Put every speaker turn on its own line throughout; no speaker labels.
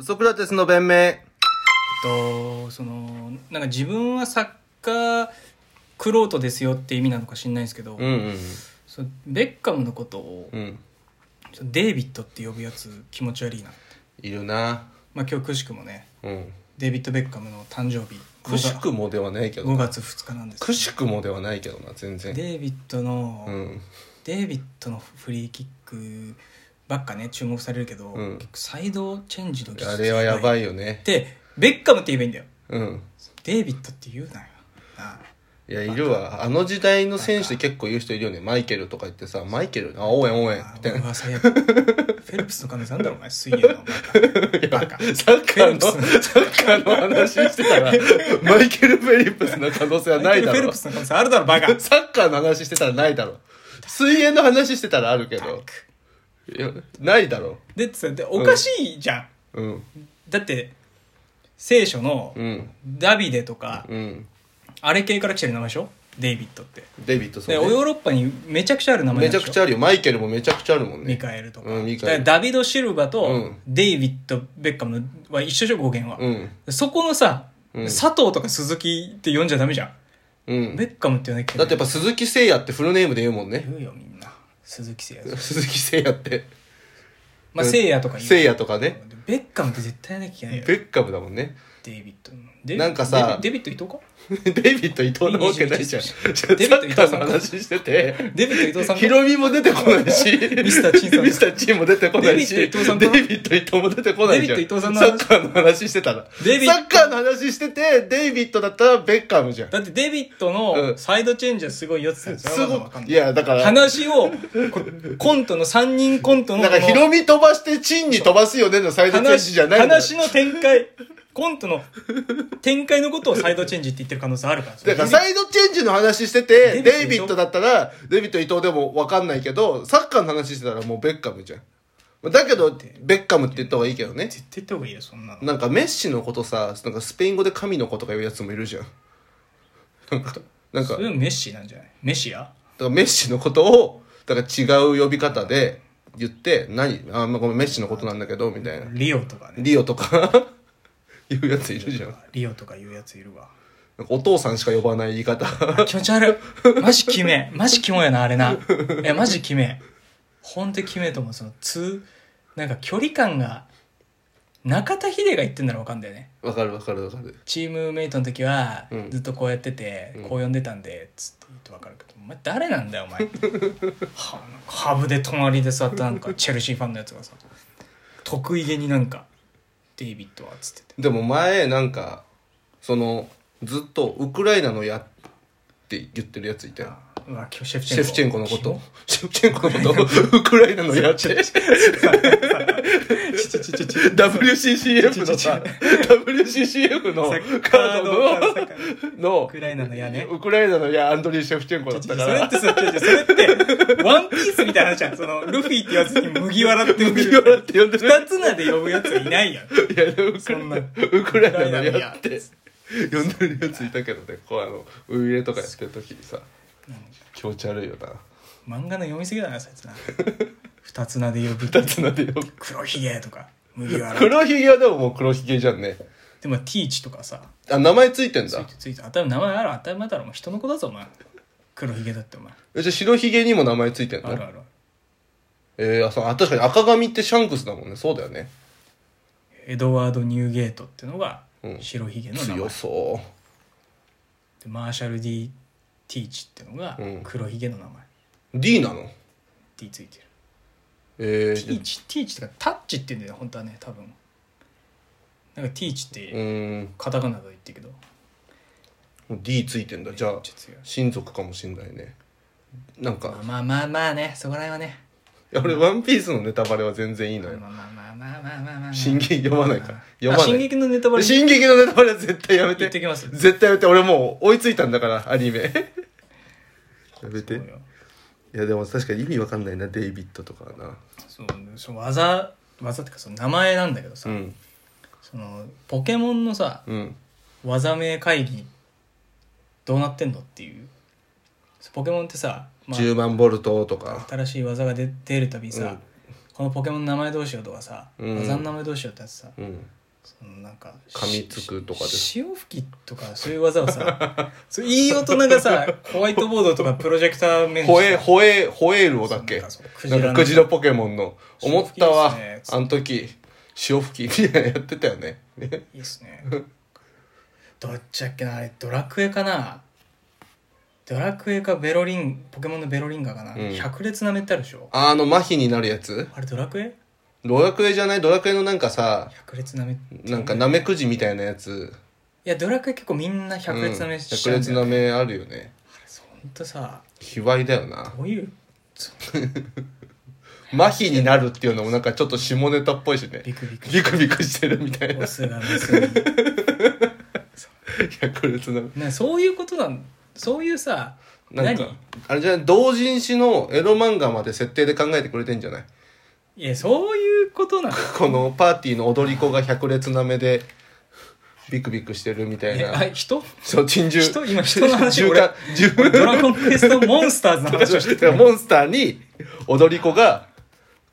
ソクラテスの弁明。
えっとそのなんか自分は作家クロートですよって意味なのか知んないですけど、
うん
そのベッカムのことを
うん。うん。
そのデイビッドって呼ぶやつ気持ち悪いな、
いるな。
まあ、今日くしくもね
うん。
デイビッド・ベッカムの誕生日
くしくもではないけど
5
な。
月2日なんです
くしくもではないけどな、全然。
デイビッドの、
うん。
デイビッドのフリーキックばっかね注目されるけど、
うん
結構サイドチェンジの技
あ
術
れはやば
い
いよね。
でベッカムって言えばいいんだよ
うん。
デイビッドって言うなよなあ
いや、いるわ。あの時代の選手で結構言う人いるよね。マイケルとか言ってさ、マイケル、あ、応援応援
あ
みたいな。
うわ最悪フェルプスの彼女なんだろうお前水泳のお前バカ
サッカーの、
フェルプ
サッカーの話してた ら、マイケル・フェリップスの可能性はないだ
フェル
ろ
プ。スの可能性あるだろバカバ
サッカーの話してたらないだろ。水泳の話してたらあるけど。
カ
いやないだろ。
でつっておかしいじゃん、
うん。
だって聖書の
うん。
ダビデとか、
うん。
あれ系から来てる名前でしょデイビッドって
デビッドソ
でヨ
ンね、
ーロッパにめちゃくちゃある名前
め
なん
ちゃ
でしょ
くちゃあるよ。マイケルもめちゃくちゃあるもんね。
ミカエルとか,、
うんミカエル
ダビド・シルバ
う
と
ん
デイビッド・ベッカムのは一緒でしょ語源は、
うん。
そこのさ、
うん
佐藤とか鈴木って呼んじゃダメじゃん、
うん。
ベッカムって言わなきゃいけ
だ
な
っ
い
てやっぱ鈴木誠也ってフルネームで言うもんね。
言うよみんな鈴木誠也
鈴木誠也って。
まあ誠也とか言う
誠也とかね。
ベッカムって絶対やらなきゃいけないよ
ベッカムだもんね。
デイビッドデイ
なんかさ
デイビデイビッド伊藤か
デイビッド伊藤なわけないじゃん。
デ
サ
ビッド伊
ッ
藤
カ
さん
ーの話してて。
デイビッド伊藤さんか
ヒロミも出てこないし、ミ
スターチンさんか
ミスターチンも出てこないし、
デイビッド伊藤さんか
デイビッド伊藤も出てこないじゃん。
デイビッド伊藤さんの
サ
話
ッカーの話してたら。
デイビッド
サッカーの話してて、デイビッドだったらベッカムじゃん。
だってデイビッド
う
の
ん
サイドチェンジはすごいやつだよそ
す
れはまだ
ご
わかん
く、
ない
いや、だから、なん
話をこコントの3人コントの
かヒ
この
ロミ飛ばしてチンに飛ばすよねのサイドチェンジ
話
じゃないんだよ
話の展開コントの展開のことをサイドチェンジって言ってる可能性あるから
だからサイドチェンジの話してて、
デ
デイ
イビ
ビ
ッ
ッ
ド
ドだったら、デイビッド伊藤でもわかんないけど、サッカーの話してたらもうベッカムじゃん。だけど、ベッカムって言った方がいいけどね。
絶対言った方がいいよそんなの
なんかメッシのことさ、なんかスペイン語で神の子とか言うやつもいるじゃん。なんか、なんか、だ
そ
か
れもメッシなんじゃないメシア
らメッシのことを、だから違う呼び方で言って、何あ、まあ、ごめん、メッシのことなんだけど、みたいな。
リオとかね
リオとか、 言うやついるじゃん。なんか
リオとかいうやついるわ
お父さんしか呼ばない言い方。
気持ち悪いマジキメマジキモやなあれなえマジキメほんとキメともその通なんか距離感が中田秀が言ってんならわかんだよね
わかるわかるわかる。
チームメイトの時は
うん
ずっとこうやってて、
うん
こう呼んでたんでつって言うと分かるけど「お前誰なんだよお前」はなんかハブで隣で座ったなんかチェルシーファンのやつがさ得意げになんか「デイビッドは」つってて
でも前、なんか、その、ずっとウクライナのやって言ってるやついたよ。
うわ今日シェフチェン
シェ
コ
フチェンコの こと。シェフチェンコのこと、ウクライナのやって。
ちちちちち
WCCF のさ、WCCF の
サッカ
カ
ー
ー
の
ド
サッカー
の、の、
ウクライナの屋根
ウクライナのやアンドリー・シェフチェンコだっ
そ
た
れ
から、
ってさ、ちょちょそれって、ワンピースみたいな話じゃん。その、ルフィってやつに麦わらって呼ぶ。
麦わらって呼んでる
二つ名で呼ぶやつはいないやん。
いや、でもウク
そんな
ウクライナの
ウクライナのや
やって、呼んでるやついたけどね、こうあの、ウイイレとかやってる時にさ、気持ち悪いよな。
漫画の読みすぎだな、そいつな。二つ名で呼ぶ。
二つなんでよ。
黒ひげとか、麦わら。
黒ひげはでももう黒ひげじゃんね。
でも、ティーチとかさ、
あ、名前ついてん
つい
だ。
てついて、頭名前ある当たり前だろ、もう人の子だぞ、お前。黒ひげだって、お前。
えじゃあ白ひげにも名前ついてん
ある
だ。
ある。
えー、あ、そう、あ確かに赤髪ってシャンクスだもんね。そうだよね。
エドワード・ニューゲートってのが
う、ん
白ひげの名前
強。そ
でマーシャル・ディ・ティーチってのが
うん、
黒ひげの名前。
う。D なの
D ついてる。
え
ティ
ー、
ーチティーチとかタッチって言うんだよね本当はね多分なんかティーチっ
う
て
ーん。
カタカナで言ってるけど、
D ついてんだじゃあ
ちょっと強い
親族かもしんないねなんか
まあまあまあねそこら辺はね
いや俺「ワンピースのネタバレは全然いいの
まあ
よ
まあまあまあまあまあまあまあ
進撃読まないから読ま
あ進
ない
撃のネタバレ
進撃のネタバレは絶対やめ
言っててきます
絶対やめて俺もう追いついたんだからアニ メやめてい
そうよ
やでも確かに意味わかんないなデイビッドとかはな
そうその技技ってかその名前なんだけどさ、
うん
そのポケモンのさ
うん
技名会議どうなってんのっていうポケモンってさ、まあ
10万ボルトとか
新しい技が出出るたびさ、
うん
このポケモンの名前どうしようとかさ、
うん
技の名前どうしようってやつさ
うん
そのなんか
噛みつくとかで
し潮吹きとかそういう技をさ そういい大人がさホワイトボードとかプロジェクター面
ホエ、ホエ、ホエールをだっけ
なんかそうクジ
な
ラ
ん
の
かクジラポケモンの。思ったわ
潮
あの時、潮吹
吹きで。すね
きみ たいなのやってたよね。
いいっすねどっちだっけなあれドラクエかなドラクエかベロリンポケモンのベロリンガかな、
うん
百列なめってあるでしょ
あの、麻痺になるやつ
あれドラクエ
ドラクエじゃないドラクエのなんかさ、
百列なめって
なんかナメクジみたいなやつ。
いやドラクエ結構みんな百列なめしちゃうんだ
な
よ、
めあるよね。
ほんとさ
卑猥だよな。
どういう
麻痺になるっていうのもなんかちょっと下ネタっぽいしね。
ビクビク
ビクビクしてるみたいな
オ。スがメスに
百列なめ。
ね、そういうことなんそういうさ
なんか
何、
あれじゃない同人誌のエロ漫画まで設定で考えてくれてんじゃない
いやそういうことなの
このパーティーの踊り子が百列なめでビクビクしてるみたい
え
な
あ。人
そう、珍獣。
人今人の話
獣
俺
か獣
俺ドラゴンクエストモンスターズの話をして た
モンスターに踊り子が、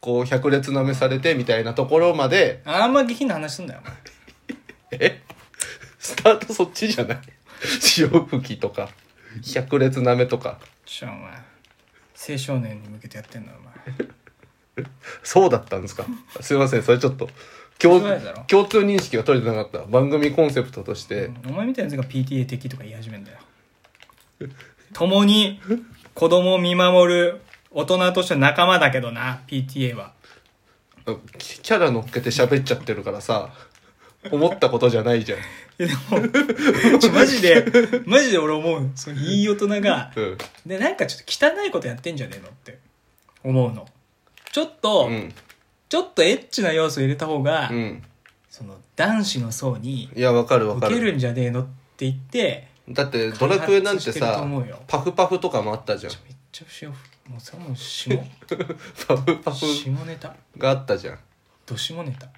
こう、百列なめされてみたいなところまで、
あんま下品な話すんだよお前
えスタートそっちじゃない 潮吹きとか、百列なめとか。
ちょお前青少年に向けてやってんのお
そうだったんですかすいません、それちょっと。共
そうやだろ
共通認識が取れてなかった。番組コンセプトとして。
前お前みたいなやつが PTA 的とか言い始めんだよ共に子供を見守る大人としての仲間だけどな PTA は
キキャラ乗っけて喋っちゃってるからさ、思ったことじゃないじゃん。
いやでも ちょマジでマジで俺思うのそのいい大人が
うん。
でなんかちょっと汚いことやってんじゃねえのって思うのちょっと、
うん。
ちょっとエッチな要素入れた方が、
うん。
その男子の層に
いや、わかるわ
受
か
け
る。
るんじゃねえのって言って
だって、ドラクエなんて
開発してると
さ
思うよ、
パフパフとかもあったじゃん。
めっちゃ潮吹もうそれはもう下
パフパフ
下ネタ
があったじゃん。
ど下ネタ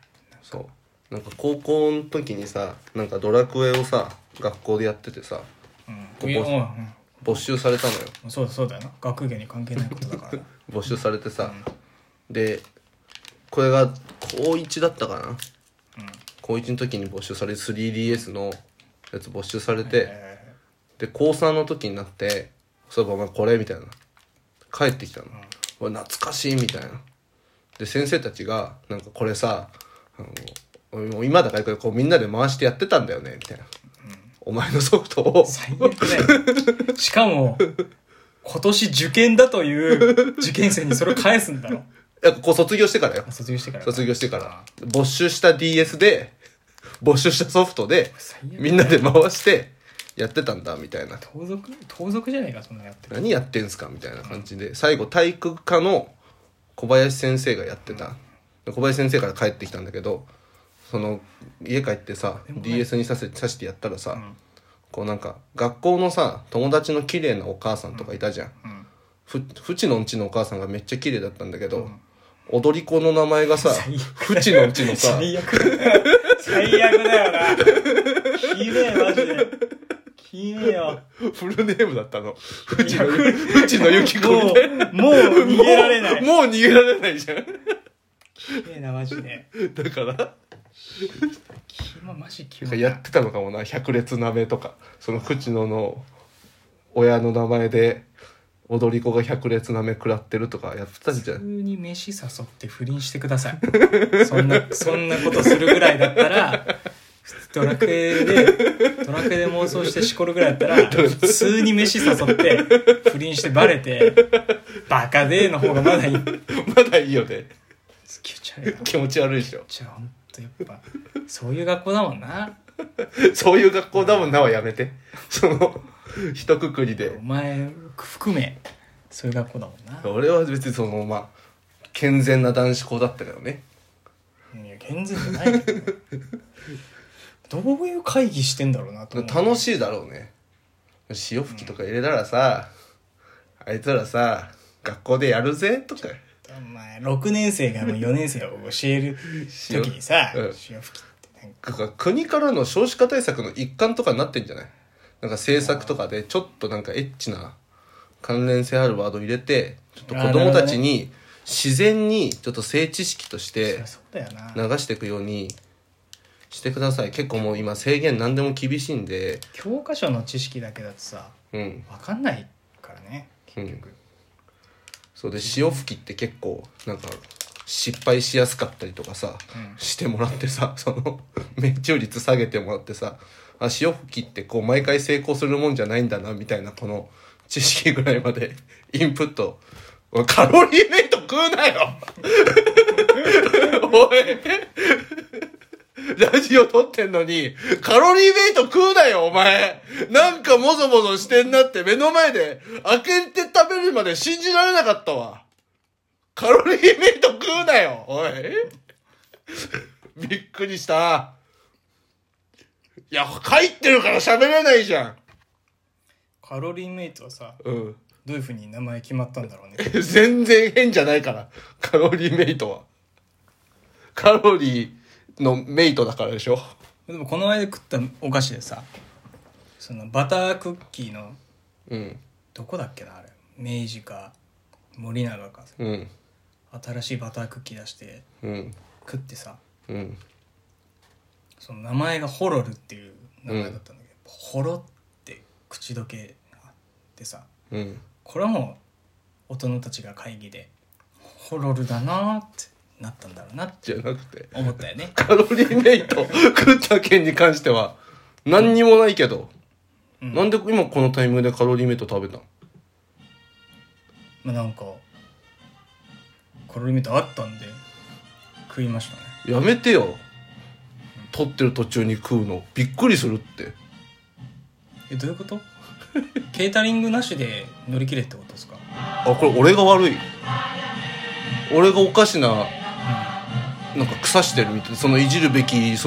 そう。なんか高校の時にさ、なんかドラクエをさ、学校でやっててさ、
うん
ここ
いやうん
没収されたのよ。
うん、そうだそうだよな学芸に関係ないこ とだからな
没収されてさ、で、これが高1だったかな高1の時に没収され 3DS のやつ没収されて、
え
で高3の時になって「そういえばお前これ」みたいな帰ってきたの「うわ懐かしい」みたいなで先生たちが「なんかこれさあのもう今だからこれこうみんなで回してやってたんだよね」みたいな、お前のソフトを
最悪だよしかも今年受験だという受験生にそれを返すんだろ
いやこう卒業してからよ
卒業してから
卒業してから没収した DS で没収したソフトで
最悪だよ
みんなで回してやってたんだみたいな
盗賊盗賊じゃねえかそんなのやってる
何やってんすかみたいな感じで最後体育科の小林先生がやってた、小林先生から帰ってきたんだけどその家帰ってさ DS にさせさしてやったらさ、こうなんか学校のさ友達の綺麗なお母さんとかいたじゃん、ふふちのんちのお母さんがめっちゃ綺麗だったんだけど、踊り子の名前がさふちのんちの さ
最悪最悪だよなきれえマジできれえよ
フルネームだったのふちのふちのゆき子み
も
たいな
うもう逃げられな
も
い
うもう逃げられないじゃん
きれいなマジで
だから
きまマジ
な
き
ん
ま
かやってたのかもな百列鍋とかその口野の親の名前で踊り子が百列鍋食らってるとかやってたんじゃ
普
ん
通に飯誘って不倫してくださいそんなそんなことするぐらいだったらドラクエでドラクエで妄想してしこるぐらいだったら普通に飯誘って不倫してバレてバカでーの方がまだいい
まだいいよね
気持ち悪いな
気持ち悪いでしょ
じゃあほんとやっぱそういう学校だもんな
そういう学校だもんなはやめてその一括りで
お前含めそういう学校だもんな
俺は別にそのまあ健全な男子校だったけどね
いや健全じゃないけどねどういう会議してんだろうなと思う
楽しいだろうね潮吹きとか入れたらさ、あいつらさ学校でやるぜとか
お前6年生がもう4年生を教える時にさ
うん
潮吹きってなんか
なんか国からの少子化対策の一環とかになってんじゃないなんか政策とかでちょっとなんかエッチな関連性あるワード入れてちょっと子供たちに自然にちょっと性知識とし
そり
て
ゃそうだよな
流していくようにしてください結構もう今制限何でも厳しいんで
教科書の知識だけだとさ
うん
分かんないからね結局、
そうで潮吹きって結構なんか失敗しやすかったりとかさ
うん
してもらってさ その命中率下げてもらってさあ潮吹きってこう毎回成功するもんじゃないんだなみたいなこの知識ぐらいまで インプットおいカロリーメイト食うなよ おいラジオ撮ってんのに、カロリーメイト食うなよ、お前なんかもぞもぞしてんなって目の前で、開けて食べるまで信じられなかったわ。カロリーメイト食うなよ、おいびっくりした。いや、書いてるから喋れないじゃん。
カロリーメイトはさ
うん。
どういうふうに名前決まったんだろうね
全然変じゃないから。カロリーメイトは。カロリーのメイトだからでしょ。
でもこの間食ったお菓子でさそのバタークッキーの
うん。
どこだっけなあれ明治か森永か
うん。
新しいバタークッキー出して
うん。
食ってさ
うん。
その名前がホロルっていう名前だったんだけど、ホロって口どけあってさ
うん。
これはもう大人たちが会議でホロルだなーってなったんだろうなっ
じ
て
ゃなくて。
思った よね
カロリーメイト食った件に関しては、何にもないけど。
うん
なんで今このタイミングでカロリーメイト食べたの
まあなんかカロリーメイトあったんで食いましたね
やめてよ。撮ってる途中に食うの。びっくりするって。
えどういうこと ケータリングなしで乗り切れってことですか
あこれ俺が悪い俺がおかしななんか腐してるみたいなそのいじるべきそ